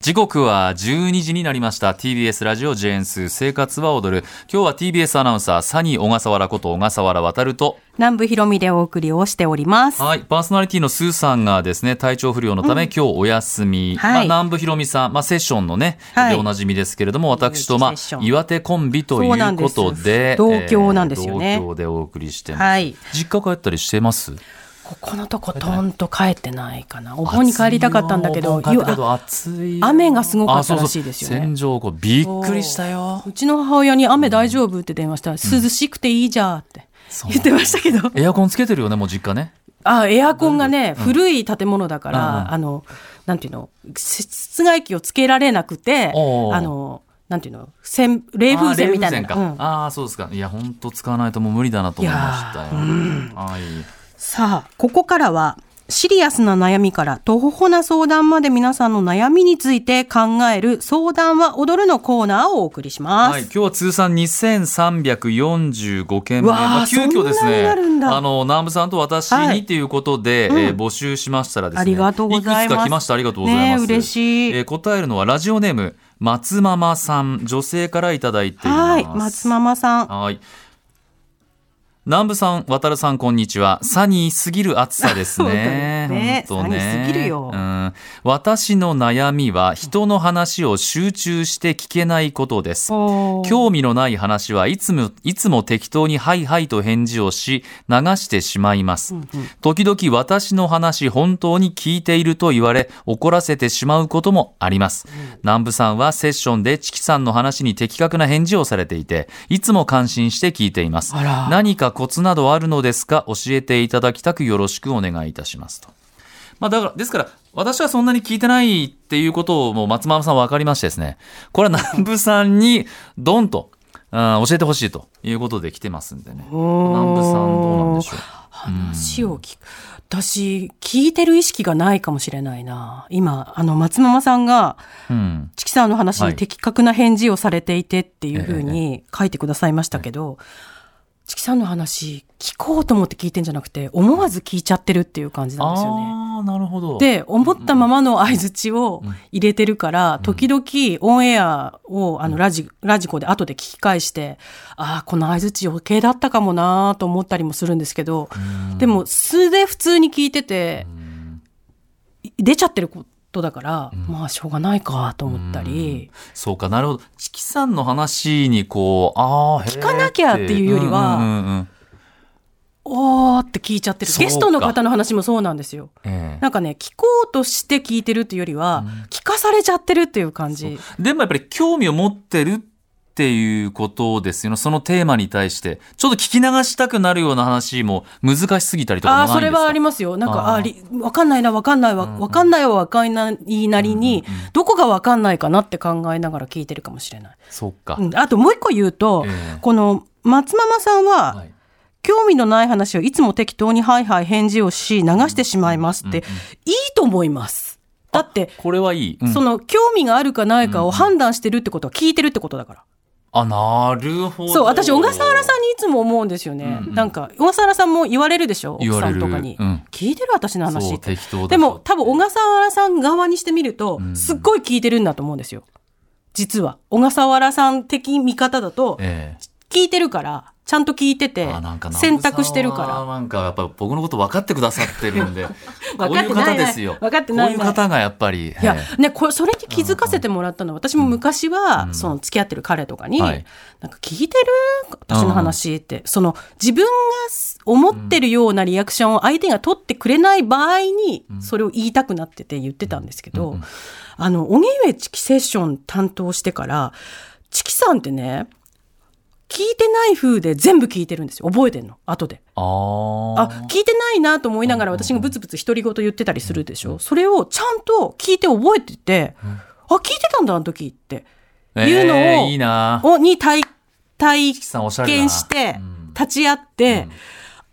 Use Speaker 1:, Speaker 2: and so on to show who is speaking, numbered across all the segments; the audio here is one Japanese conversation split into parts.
Speaker 1: 時刻は12時になりました TBS ラジオジェーンス生活は踊る今日は TBS アナウンサーサニー小笠原こと小笠原渉と
Speaker 2: 南部ひろみでお送りをしております。
Speaker 1: はい、パーソナリティのスーさんがですね、体調不良のため、今日お休み。
Speaker 2: はい
Speaker 1: まあ、南部ひろみさん、まあ、セッションのね、
Speaker 2: はい
Speaker 1: でおなじみですけれども、私と、ま
Speaker 2: セッシ
Speaker 1: あ
Speaker 2: ョ、ン
Speaker 1: 岩手コンビとい
Speaker 2: そうな
Speaker 1: うん
Speaker 2: で
Speaker 1: こ
Speaker 2: す
Speaker 1: とで、
Speaker 2: 同郷なんですよね
Speaker 1: 同郷でお送りしてます。
Speaker 2: はい。
Speaker 1: 実家帰ったりしてます
Speaker 2: ここのとこ、とんと帰ってないかな。お盆に帰りたかったんだけど、
Speaker 1: 暑いよお盆帰ったけ
Speaker 2: いや
Speaker 1: ど暑いよ
Speaker 2: 雨がすごかったらしいですよね
Speaker 1: あそうそう線状降びっくりしたよ
Speaker 2: うちの母親に雨大丈夫って電話したら、涼しくていいじゃんって
Speaker 1: そう
Speaker 2: 言ってましたけ ど。
Speaker 1: エアコンつけてるよねもう実家ね
Speaker 2: あ、エアコンがね、古い建物だか
Speaker 1: うんうん
Speaker 2: ら、あの、なんていうの、し室外機をつけられなくて、
Speaker 1: おー
Speaker 2: あの、なんていうの、せん冷風扇みたい
Speaker 1: あー冷風扇
Speaker 2: な。うん
Speaker 1: かあーそうですかいや本当使わないともう無理だなと思いましたよはい
Speaker 2: さあ、ここからは、シリアスな悩みから、とほほな相談まで皆さんの悩みについて考える、相談は踊るのコーナーをお送りします。
Speaker 1: はい、今日は通算2345件目、
Speaker 2: わあ
Speaker 1: まあ、急遽です
Speaker 2: そんなに
Speaker 1: ね
Speaker 2: なるんだ
Speaker 1: あの南部さんと私
Speaker 2: は
Speaker 1: に
Speaker 2: い
Speaker 1: ということで、
Speaker 2: うん
Speaker 1: えー募集しましたらですね
Speaker 2: ありがとうございます
Speaker 1: くつか来ましたありがとうございます、
Speaker 2: ねえ嬉しい
Speaker 1: えー答えるのはラジオネーム松ママさん女性からいただいています
Speaker 2: はい、松ママさん。
Speaker 1: はい南部さん、渡るさん、こんにちは。サニーすぎる暑さ
Speaker 2: 。
Speaker 1: ですね
Speaker 2: 本当にね
Speaker 1: 本当
Speaker 2: サニーすぎるよ
Speaker 1: うん。私の悩みは、人の話を集中して聞けないことです。
Speaker 2: 今
Speaker 1: 興味のない話はいつもいつも適当に「はいはい」と返事をし流してしまいます、時々私の話本当に聞いていると言われ怒らせてしまうこともあります、南部さんはセッションでチキさんの話に的確な返事をされていていつも感心して聞いています
Speaker 2: あら
Speaker 1: 何かコツなどあるのですか教えていただきたくよろしくお願いいたしますとまあだから、ですから、私はそんなに聞いてないっていうことをもう松丸さん分かりましてですね、これは南部さんにドンと、うん教えてほしいということで来てますんでね。南部さんどうなんでしょう。
Speaker 2: 話を聞く。私、聞いてる意識がないかもしれないな。今、あの、松ママさんが、
Speaker 1: うん。
Speaker 2: チキさんの話
Speaker 1: はい
Speaker 2: に的確な返事をされていてっていうふう
Speaker 1: え
Speaker 2: に書いてくださいましたけど、チキさんの話、聞こうと思って聞いてんじゃなくて、思わず聞いちゃってるっていう感じなんですよね。
Speaker 1: ああ、なるほど。、
Speaker 2: で、思ったままの相槌を入れてるから、時々オンエアをあのラジラジコで後で聞き返して、ああ、この相槌余計だったかもなーと思ったりもするんですけど、でも素で普通に聞いてて、い出ちゃってることだから、まあしょうがないかと思ったり、
Speaker 1: そうか、なるほど。チキさんの話にこう、ああ、聞
Speaker 2: かなきゃっていうよりはおーって聞いちゃってる。
Speaker 1: そうか
Speaker 2: ゲストの方の話もそうなんですよ。
Speaker 1: ええ
Speaker 2: なんかね、聞こうとして聞いてるっていうよりは、聞かされちゃってるっていう感じ。
Speaker 1: でもやっぱり興味を持ってるっていうことですよね。そのテーマに対して。ちょっと聞き流したくなるような話も難しすぎたりとかもな
Speaker 2: あ
Speaker 1: い
Speaker 2: あ
Speaker 1: んです
Speaker 2: そ
Speaker 1: か
Speaker 2: れはありますよなんか
Speaker 1: あー
Speaker 2: あーりわかんないなわかんないわわかんないはわかんないなりに、どこがわかんないかなって考えながら聞いてるかもしれない、
Speaker 1: そっか。
Speaker 2: うん、あともう一個言うと、
Speaker 1: ええ
Speaker 2: この松ママさんは、
Speaker 1: はい
Speaker 2: 興味のない話をいつも適当にはいはい返事をし流してしまいますって、いいと思いますだって
Speaker 1: これはいい。うん
Speaker 2: その興味があるかないかを判断してるってことは聞いてるってことだから。
Speaker 1: あ、なるほど。
Speaker 2: そう、私、小笠原さんにいつも思うんですよね。なんか、小笠原さんも言われるでしょ
Speaker 1: 言
Speaker 2: 奥
Speaker 1: わ
Speaker 2: さ
Speaker 1: れる
Speaker 2: んとかに。
Speaker 1: うん
Speaker 2: 聞いてる私の話
Speaker 1: そう
Speaker 2: って。
Speaker 1: 適当だ
Speaker 2: でも、多分、小笠原さん側にしてみると、すっごい聞いてるんだと思うんですよ。実は。小笠原さん的見方だと、
Speaker 1: ええ
Speaker 2: 聞いてるから、ちゃんと聞いてて
Speaker 1: あなんか、
Speaker 2: 選択してる
Speaker 1: 南部さん
Speaker 2: か
Speaker 1: はなんかやっぱり僕のこと分かってくださってるん でこ
Speaker 2: かっ
Speaker 1: う
Speaker 2: てない
Speaker 1: いう方ですよ
Speaker 2: 分かってない
Speaker 1: こういう方がやっぱり
Speaker 2: ら。いや
Speaker 1: ええ、
Speaker 2: ね、これ、それに気づかせてもらったのは、私も昔は、その、付き合ってる彼とかに、
Speaker 1: は
Speaker 2: なん
Speaker 1: い
Speaker 2: か、聞いてる私の話って、その、自分が思ってるようなリアクションを相手が取ってくれない場合に、それを言いたくなってて言ってたんですけど、あの、荻上チキセッション担当してから、チキさんってね、聞いてない風で全部聞いてるんですよ。覚えてんの。後で。
Speaker 1: あー
Speaker 2: あ、聞いてないなと思いながら私がブツブツ独り言言ってたりするでしょ。それをちゃんと聞いて覚えてて、あ、聞いてたんだ、あの時って。いうのを
Speaker 1: ええいいな
Speaker 2: を、に体、体
Speaker 1: さんおしゃれだな
Speaker 2: 験して
Speaker 1: うん、
Speaker 2: 立ち会って、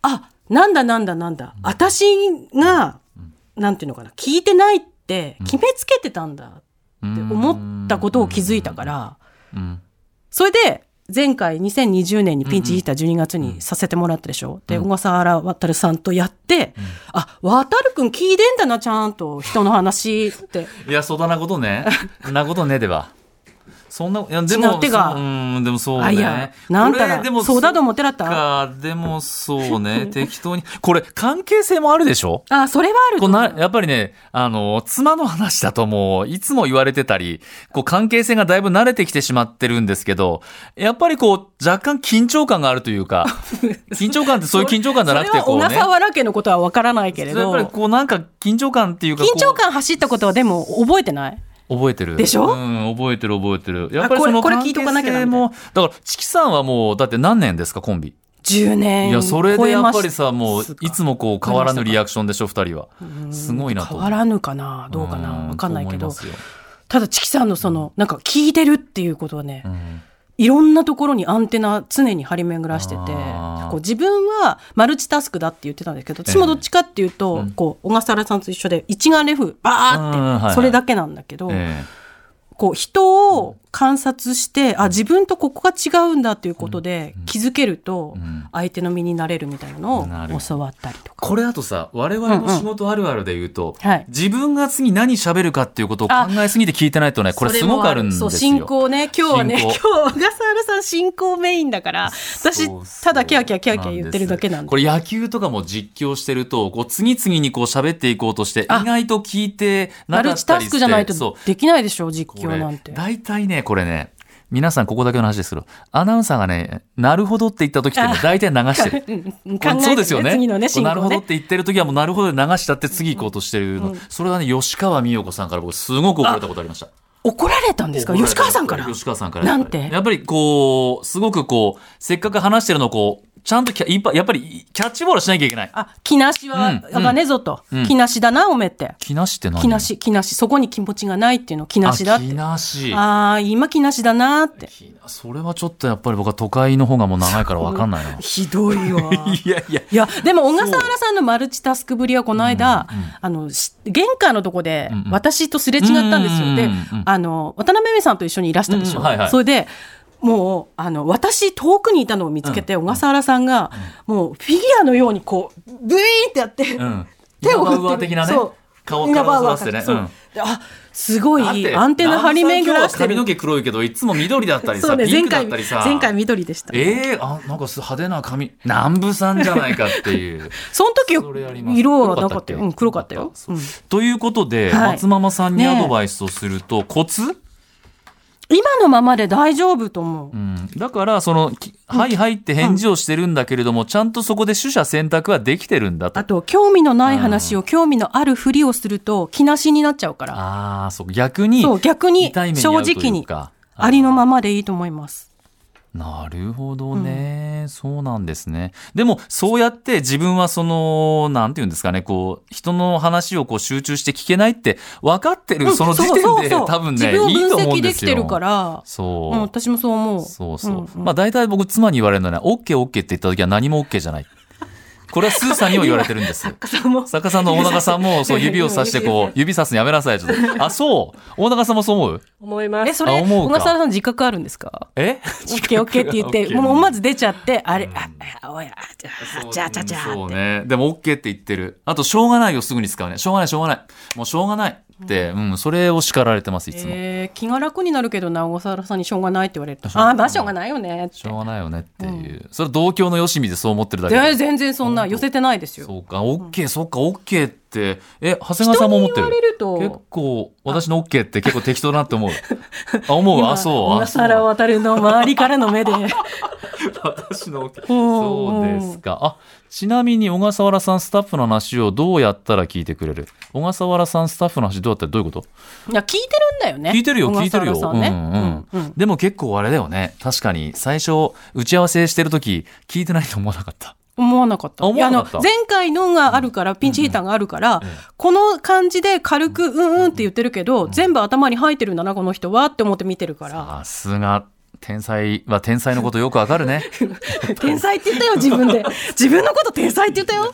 Speaker 2: あ、なんだなんだなんだ、私が、なんていうのかな、聞いてないって決めつけてたんだって思ったことを気づいたから、
Speaker 1: うん
Speaker 2: それで、前回2020年にピンチヒーター12月にさせてもらったでしょ、で小笠原渉さんとやって、あ渡るくん聞いてんだなちゃんと人の話って
Speaker 1: いやそうだなこと ねなことねではそんないやで
Speaker 2: 違
Speaker 1: も
Speaker 2: う手が
Speaker 1: そううんでもそうね
Speaker 2: あいやなんたら
Speaker 1: これでも
Speaker 2: そうだと思ってらった
Speaker 1: そかでもそう ね適当にこれ関係性もあるでしょ
Speaker 2: あそれはある
Speaker 1: こうなやっぱりね、あの、妻の話だともう、いつも言われてたり、こう、関係性がだいぶ慣れてきてしまってるんですけど、やっぱりこう、若干緊張感があるという か、緊張感ってそういう緊張感じゃなくて、こう
Speaker 2: それは
Speaker 1: ね
Speaker 2: 小。笠原家のことはわからないけれ
Speaker 1: やっ
Speaker 2: ど
Speaker 1: ぱりこう、なんか緊張感っていうか、こう
Speaker 2: 緊張感走ったことはでも覚えてない
Speaker 1: 覚えてる。
Speaker 2: でしょ
Speaker 1: うん、覚えてる覚えてる。やっぱり
Speaker 2: あこ
Speaker 1: そ
Speaker 2: れ
Speaker 1: の
Speaker 2: これ
Speaker 1: 関
Speaker 2: 聞
Speaker 1: 係
Speaker 2: いとかなきゃな
Speaker 1: 性も、だから、チキさんはもう、だって何年ですか、コンビ。
Speaker 2: 10
Speaker 1: い
Speaker 2: 年
Speaker 1: や、それでやっぱ
Speaker 2: 超え
Speaker 1: り
Speaker 2: まし
Speaker 1: さ、もう、
Speaker 2: すか
Speaker 1: いつもこう、変わらぬリアクションでしょ、二人は。すごいなと
Speaker 2: 変
Speaker 1: 思う。
Speaker 2: わらぬかなどうか
Speaker 1: う
Speaker 2: なわかんないけ
Speaker 1: と
Speaker 2: ど
Speaker 1: 思ますよ
Speaker 2: ただチキさんのそのなんか聞いてるっていうことはね、
Speaker 1: うん
Speaker 2: いろんなところにアンテナ常に張り巡らしてて
Speaker 1: あー
Speaker 2: こう自分はマルチタスクだって言ってたんですけど私もどっちかっていうと、
Speaker 1: うん
Speaker 2: こう小笠原さんと一緒で一眼レフバーって、
Speaker 1: うんはいはい
Speaker 2: それだけなんだけど、
Speaker 1: え
Speaker 2: こう人を観察してあ自分とここが違うんだっていうことで気づけると
Speaker 1: えうん
Speaker 2: 相手の身になれるみたいなの
Speaker 1: なる
Speaker 2: を教わったりとか。
Speaker 1: これあとさ我々の仕事あるあるで言うと、
Speaker 2: うんうんはい
Speaker 1: 自分が次何喋るかっていうことを考えすぎて聞いてないとねこれすごくあるんですよ。
Speaker 2: そう進行ね今日はね
Speaker 1: 進
Speaker 2: 今
Speaker 1: 行
Speaker 2: 日は小笠原さん進行メインだから私
Speaker 1: そうそう
Speaker 2: ただキャーキャーキャーキャー言ってるだけなんで
Speaker 1: これ野球とかも実況してるとこう次々にこう喋っていこうとして意
Speaker 2: あ
Speaker 1: 外と聞いてな
Speaker 2: マ
Speaker 1: か
Speaker 2: ル
Speaker 1: っ
Speaker 2: チ
Speaker 1: た
Speaker 2: タ
Speaker 1: りして
Speaker 2: スクじゃないと
Speaker 1: そう
Speaker 2: できないでしょ実
Speaker 1: こ
Speaker 2: 況
Speaker 1: れ
Speaker 2: なん て。
Speaker 1: 大体ねこれね皆さんここだけの話ですけどアナウンサーがねなるほどって言った時ってね大体流してる。
Speaker 2: うん
Speaker 1: これ
Speaker 2: 考えてね
Speaker 1: そうですよね。
Speaker 2: 次のね
Speaker 1: こう
Speaker 2: 進
Speaker 1: なる
Speaker 2: 行
Speaker 1: ほどっ
Speaker 2: ね
Speaker 1: て言ってる時はもうなるほどで流したって次行こうとしてるの、それはね吉川美代子さんから僕すごく怒られたことありました。
Speaker 2: 怒られたんですか
Speaker 1: 怒られた
Speaker 2: 吉川さんから
Speaker 1: 吉川さんから。
Speaker 2: なんて
Speaker 1: やっぱりこうすごくこうせっかく話してるのをこうちゃんとキャいっぱいやっぱりキャッチボールしなきゃいけない。
Speaker 2: あ木梨は
Speaker 1: うん
Speaker 2: あがねぞと
Speaker 1: うん
Speaker 2: 木梨だなおめって
Speaker 1: 木梨って何？
Speaker 2: 木。梨木梨そこに気持ちがないっていうの木
Speaker 1: あ
Speaker 2: 梨だって
Speaker 1: 木梨。
Speaker 2: ああ今木梨だ なって
Speaker 1: 木梨それはちょっとやっぱり僕は都会の方がもう長いからわかんない な。
Speaker 2: ひどいわ
Speaker 1: いやいや。
Speaker 2: いやでも小笠原さんのマルチタスクぶりはこの間、あのし玄関のとこで
Speaker 1: うんうん
Speaker 2: 私とすれ違ったんです
Speaker 1: う
Speaker 2: よ、
Speaker 1: んうん
Speaker 2: で
Speaker 1: うん
Speaker 2: あの渡辺美さんと一緒にいらしたでしょ、
Speaker 1: うんはいはい
Speaker 2: それでもうあの私遠くにいたのを見つけて、小笠原さんが、もうフィギュアのようにこうブイーンってやって、
Speaker 1: うん。
Speaker 2: 手を
Speaker 1: 稲葉
Speaker 2: 振
Speaker 1: ウ
Speaker 2: っ
Speaker 1: ア
Speaker 2: て
Speaker 1: 的なね。
Speaker 2: そう
Speaker 1: 顔から
Speaker 2: 稲葉
Speaker 1: そ
Speaker 2: ウ
Speaker 1: ら
Speaker 2: ア
Speaker 1: せてね。
Speaker 2: そう
Speaker 1: うん
Speaker 2: であすご
Speaker 1: だって
Speaker 2: いアンテナ張り巡らし
Speaker 1: 南さん今日
Speaker 2: て
Speaker 1: は髪の
Speaker 2: る
Speaker 1: 毛黒いけどいつも緑だったり
Speaker 2: そ
Speaker 1: さ、
Speaker 2: うね
Speaker 1: ピン
Speaker 2: 前
Speaker 1: クだ
Speaker 2: 回
Speaker 1: ったりさ
Speaker 2: 前回緑でした
Speaker 1: ええあなんかす派手な髪南部さんじゃないかっていう
Speaker 2: その時
Speaker 1: それやります
Speaker 2: 色はなかったよ、うん、
Speaker 1: 黒
Speaker 2: 黒か
Speaker 1: か
Speaker 2: っ
Speaker 1: ったた
Speaker 2: よ
Speaker 1: よ、
Speaker 2: うん
Speaker 1: ということで、
Speaker 2: はい
Speaker 1: 松ママさんに
Speaker 2: ねえ
Speaker 1: アドバイスをすると、コツ、
Speaker 2: 今のままで大丈夫と思う
Speaker 1: うん、だからそのき「はいはい」って返事をしてるんだけれども、ちゃんとそこで取捨選択はできてるんだと
Speaker 2: あと興味のない話を興味のあるふりをすると気なしになっちゃうから、
Speaker 1: ああそう逆に
Speaker 2: そう逆に
Speaker 1: 痛い目に
Speaker 2: 正
Speaker 1: 遭うというか
Speaker 2: 直にありのままでいいと思います
Speaker 1: なるほどね、そうなんですね。でも、そうやって自分はその、なんていうんですかね、こう、人の話をこう集中して聞けないって分かってる、
Speaker 2: うん
Speaker 1: その時
Speaker 2: う
Speaker 1: 点
Speaker 2: う
Speaker 1: で、
Speaker 2: そう
Speaker 1: 多分
Speaker 2: 自
Speaker 1: ね、
Speaker 2: 分を
Speaker 1: いいと
Speaker 2: 分
Speaker 1: 思う
Speaker 2: 析
Speaker 1: ん
Speaker 2: で
Speaker 1: で
Speaker 2: き
Speaker 1: す
Speaker 2: てるか
Speaker 1: よ。
Speaker 2: ら
Speaker 1: そうう。
Speaker 2: ん、私もそう思う
Speaker 1: そうそう。
Speaker 2: んん
Speaker 1: まあ、大体僕、妻に言われるのは、OK、OK って言った時は何も OK じゃない。これはスーさんにも言われてるん です。
Speaker 2: そう思う
Speaker 1: 作家さんの大中さんも、そう、指をさしてこう、指さすのやめなさい、ちょっと。あ、そう大中さんもそう思う
Speaker 3: 思います
Speaker 2: え。それ
Speaker 1: あ思
Speaker 2: 小
Speaker 1: うか
Speaker 2: 笠原さん自覚あるんですか
Speaker 1: え
Speaker 2: オッケーオッケーって言っ
Speaker 1: オッ
Speaker 2: て、
Speaker 1: ケー
Speaker 2: もう思わず出ちゃって、あれ、あ、あおや、じゃ
Speaker 1: そ
Speaker 2: あ、
Speaker 1: う
Speaker 2: じゃあ、じゃあ、じゃ
Speaker 1: うん
Speaker 2: あっ
Speaker 1: そう
Speaker 2: て。
Speaker 1: ね。でも OK って言ってる。あと、しょうがないをすぐに使うね。しょうがない、しょうがない。もうしょうがないって、うん、それを叱られてます、いつも。
Speaker 2: えー気が楽になるけどな、小笠原さんにしょうがないって言われると。
Speaker 1: ょうが
Speaker 2: あ
Speaker 1: な
Speaker 2: あ、
Speaker 1: い
Speaker 2: まあしょうがないよねって
Speaker 1: しょうがないよねっていう。それ同郷のよしみでそう思ってるだけ
Speaker 2: で
Speaker 1: で。
Speaker 2: 全然そんな
Speaker 1: 本当
Speaker 2: 寄せてないですよ。
Speaker 1: そうか、OK、そっか、OK って。え、長谷川さ
Speaker 2: 人
Speaker 1: んも
Speaker 2: に
Speaker 1: 思って
Speaker 2: 言われ
Speaker 1: る。
Speaker 2: る
Speaker 1: 結
Speaker 2: と、
Speaker 1: 構、私の OK って結構適当だなって思う。あ、思うあ、そう。
Speaker 2: 小
Speaker 1: あ
Speaker 2: 笠
Speaker 1: そう
Speaker 2: 原渡るの周りからの 目で。
Speaker 1: 私の OK。
Speaker 2: お
Speaker 1: そ
Speaker 2: ー
Speaker 1: うですか。あ、ちなみに小笠原さんスタッフの話をどうやったら聞いてくれる小笠原さんスタッフの話どうやったらどういうこと
Speaker 2: いや、聞いてるんだよね。
Speaker 1: 聞いてるよ、
Speaker 2: 小
Speaker 1: 聞いて
Speaker 2: 笠
Speaker 1: るよ。
Speaker 2: 原さんね
Speaker 1: うんうん。でも結構あれだよね。確かに、最初、打ち合わせしてる時聞いてないと思わなかった。
Speaker 2: 思わなかった。
Speaker 1: あ思わなかった
Speaker 2: いやあの前回のがあるから、ピンチヒーターがあるから、
Speaker 1: うん
Speaker 2: この感じで軽く、うんうんって言ってるけど、全部頭に入ってるんだな、この人はって思って見てるから。
Speaker 1: さすが、天才は天才のことよくわかるね。
Speaker 2: 天 才って言ったよ、自分で。自分のこと天才って言ったよ。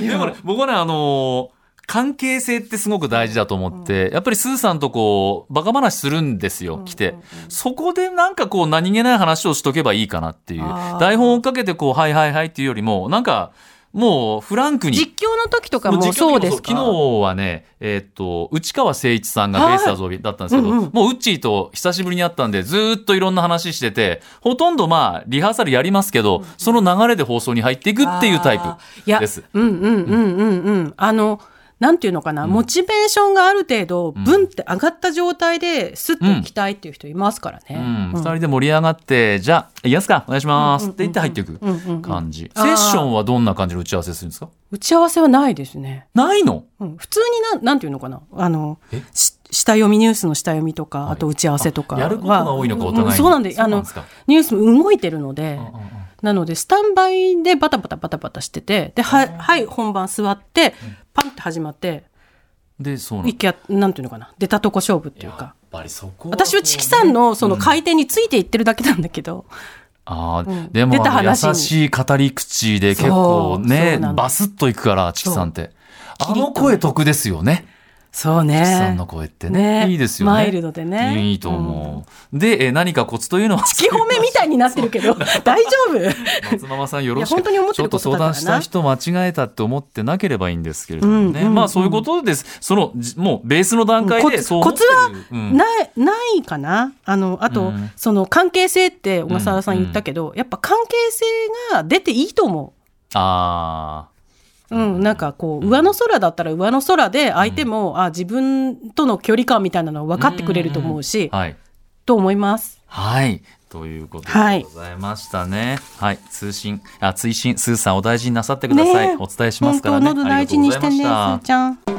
Speaker 1: でもね、僕はね、あのー関係性ってすごく大事だと思って、やっぱりスーさんとこう、バカ話するんですよ、来て。そこでなんかこう、何気ない話をしとけばいいかなっていう
Speaker 2: あー。
Speaker 1: 台本をかけてこう、はいはいはいっていうよりも、なんか、もうフランクに。
Speaker 2: 実況の時とか
Speaker 1: も
Speaker 2: も
Speaker 1: 実況
Speaker 2: そうですか
Speaker 1: 昨日はね、えーっと、内川誠一さんがベイスターズ OB だったんですけど、
Speaker 2: うんうん
Speaker 1: もうウッチーと久しぶりに会ったんで、ずーっといろんな話してて、ほとんどまあ、リハーサルやりますけど、その流れで放送に入っていくっていうタイプ
Speaker 2: あーいや
Speaker 1: です
Speaker 2: うんうんうんうんうん。あの、なんていうのかな、モチベーションがある程度、ブンって上がった状態で、スッと行きたいっていう人いますからね。
Speaker 1: うん、
Speaker 2: う
Speaker 1: 二
Speaker 2: ん
Speaker 1: 人で盛り上がって、じゃあ、行きますか、お願いしますって言って入っていく
Speaker 2: うんうんうん
Speaker 1: 感じ。
Speaker 2: あ
Speaker 1: セ
Speaker 2: ー
Speaker 1: ッションはどんな感じの打ち合わせするんですか
Speaker 2: 打ち合わせはないですね。
Speaker 1: ないの
Speaker 2: うん、普通になん、なんていうのかな、あの
Speaker 1: え、
Speaker 2: し下読み、ニュースの下読みとか、
Speaker 1: はい
Speaker 2: あと打ち合わせとかは。
Speaker 1: やることが多いのか、お互いに。
Speaker 2: うんそうなんで、あの
Speaker 1: す、か
Speaker 2: ニュースも動いてるの
Speaker 1: う
Speaker 2: で、
Speaker 1: んうんうん
Speaker 2: なので、スタンバイでバタバタバタバタしてて、で、は、はい、本番座って、パンって始まって、
Speaker 1: で、そうなん
Speaker 2: 一気や、なんていうのかな、出たとこ勝負っていう
Speaker 1: や
Speaker 2: か。
Speaker 1: っぱりそこ
Speaker 2: 私はチキさんのその回転についていってるだけなんだけど、
Speaker 1: ああ、
Speaker 2: うん
Speaker 1: でも
Speaker 2: 出た
Speaker 1: あの優
Speaker 2: 話に
Speaker 1: しい語り口で結構
Speaker 2: そ
Speaker 1: ね
Speaker 2: うなの
Speaker 1: バスッといくからチキさんってあ
Speaker 2: キリッと
Speaker 1: の声得ですよね
Speaker 2: そうね
Speaker 1: チキさんの声ってねいいですよね
Speaker 2: マイルドでね
Speaker 1: いいと思う、でえー何かコツというのは
Speaker 2: チキ褒めみたいになってるけ ど大丈夫
Speaker 1: 松ママさんよろしく
Speaker 2: いや本当に思ってること
Speaker 1: ちょっと相談した人間違えたって思ってなければいいんですけれどもね、
Speaker 2: うんうん
Speaker 1: まあそういうことですそのじもうベースの段階
Speaker 2: うんコ
Speaker 1: で
Speaker 2: ツ
Speaker 1: そう思ってるうん
Speaker 2: ないないかなあのあと、
Speaker 1: うん
Speaker 2: その関係性って小笠原さん言ったけど、やっぱ関係性が出ていいと思
Speaker 1: あ
Speaker 2: う。うん、なんかこう上の空だったら上の空で相手も、あ自分との距離感みたいなのを分かってくれると思うし、
Speaker 1: あはい
Speaker 2: と思います。
Speaker 1: はい。ということ
Speaker 2: は
Speaker 1: で
Speaker 2: い
Speaker 1: ございましたね。はい。通信、あ、追伸、スーさんお大事になさってください。
Speaker 2: ねえ
Speaker 1: お伝えしま
Speaker 2: 本
Speaker 1: すか
Speaker 2: 当
Speaker 1: らね。
Speaker 2: 喉大事にしてね、す
Speaker 1: ありがとうございま
Speaker 2: ーちゃん。